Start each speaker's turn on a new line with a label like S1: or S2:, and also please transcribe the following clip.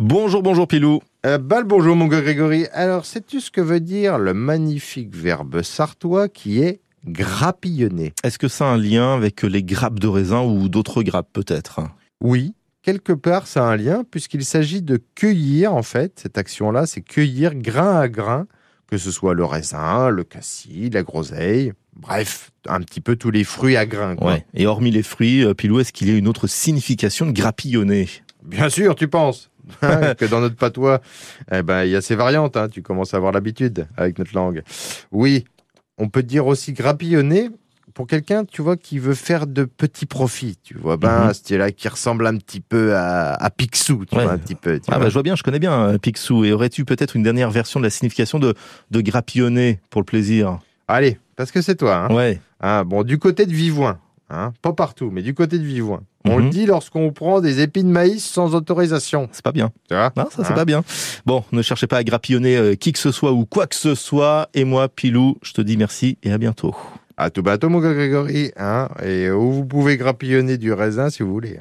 S1: Bonjour, bonjour Pilou.
S2: Euh, bah, le bonjour mon gars Grégory. Alors, sais-tu ce que veut dire le magnifique verbe sartois qui est grappillonner
S1: Est-ce que ça a un lien avec les grappes de raisin ou d'autres grappes peut-être
S2: Oui, quelque part ça a un lien puisqu'il s'agit de cueillir en fait, cette action-là, c'est cueillir grain à grain, que ce soit le raisin, le cassis, la groseille, bref, un petit peu tous les fruits à grain. quoi.
S1: Ouais. Et hormis les fruits, euh, Pilou, est-ce qu'il y a une autre signification de grappillonner
S2: Bien sûr, tu penses hein, que dans notre patois, eh ben, il y a ces variantes. hein, tu commences à avoir l'habitude avec notre langue. Oui, on peut dire aussi grappillonner pour quelqu'un, tu vois, qui veut faire de petits profits. Tu vois, ben,
S1: Mhm.
S2: c'est là qui ressemble un petit peu à, à Picsou, tu
S1: Ouais.
S2: vois, un petit peu. tu
S1: Ah
S2: vois.
S1: bah je vois bien, je connais bien euh, Picsou. Et aurais-tu peut-être une dernière version de la signification de, de grappillonner pour le plaisir
S2: Allez, parce que c'est toi. hein.
S1: Ouais.
S2: Ah, bon, du côté de Vivoin, hein, pas partout, mais du côté de Vivoin. On
S1: Mhm.
S2: le dit lorsqu'on prend des épis de maïs sans autorisation.
S1: C'est pas bien.
S2: Tu vois
S1: Non, ça c'est
S2: Hein
S1: pas bien. Bon, ne cherchez pas à grappillonner euh, qui que ce soit ou quoi que ce soit. Et moi, Pilou, je te dis merci et à bientôt.
S2: À tout bateau, mon gars Grégory. Hein, et où vous pouvez grappillonner du raisin si vous voulez.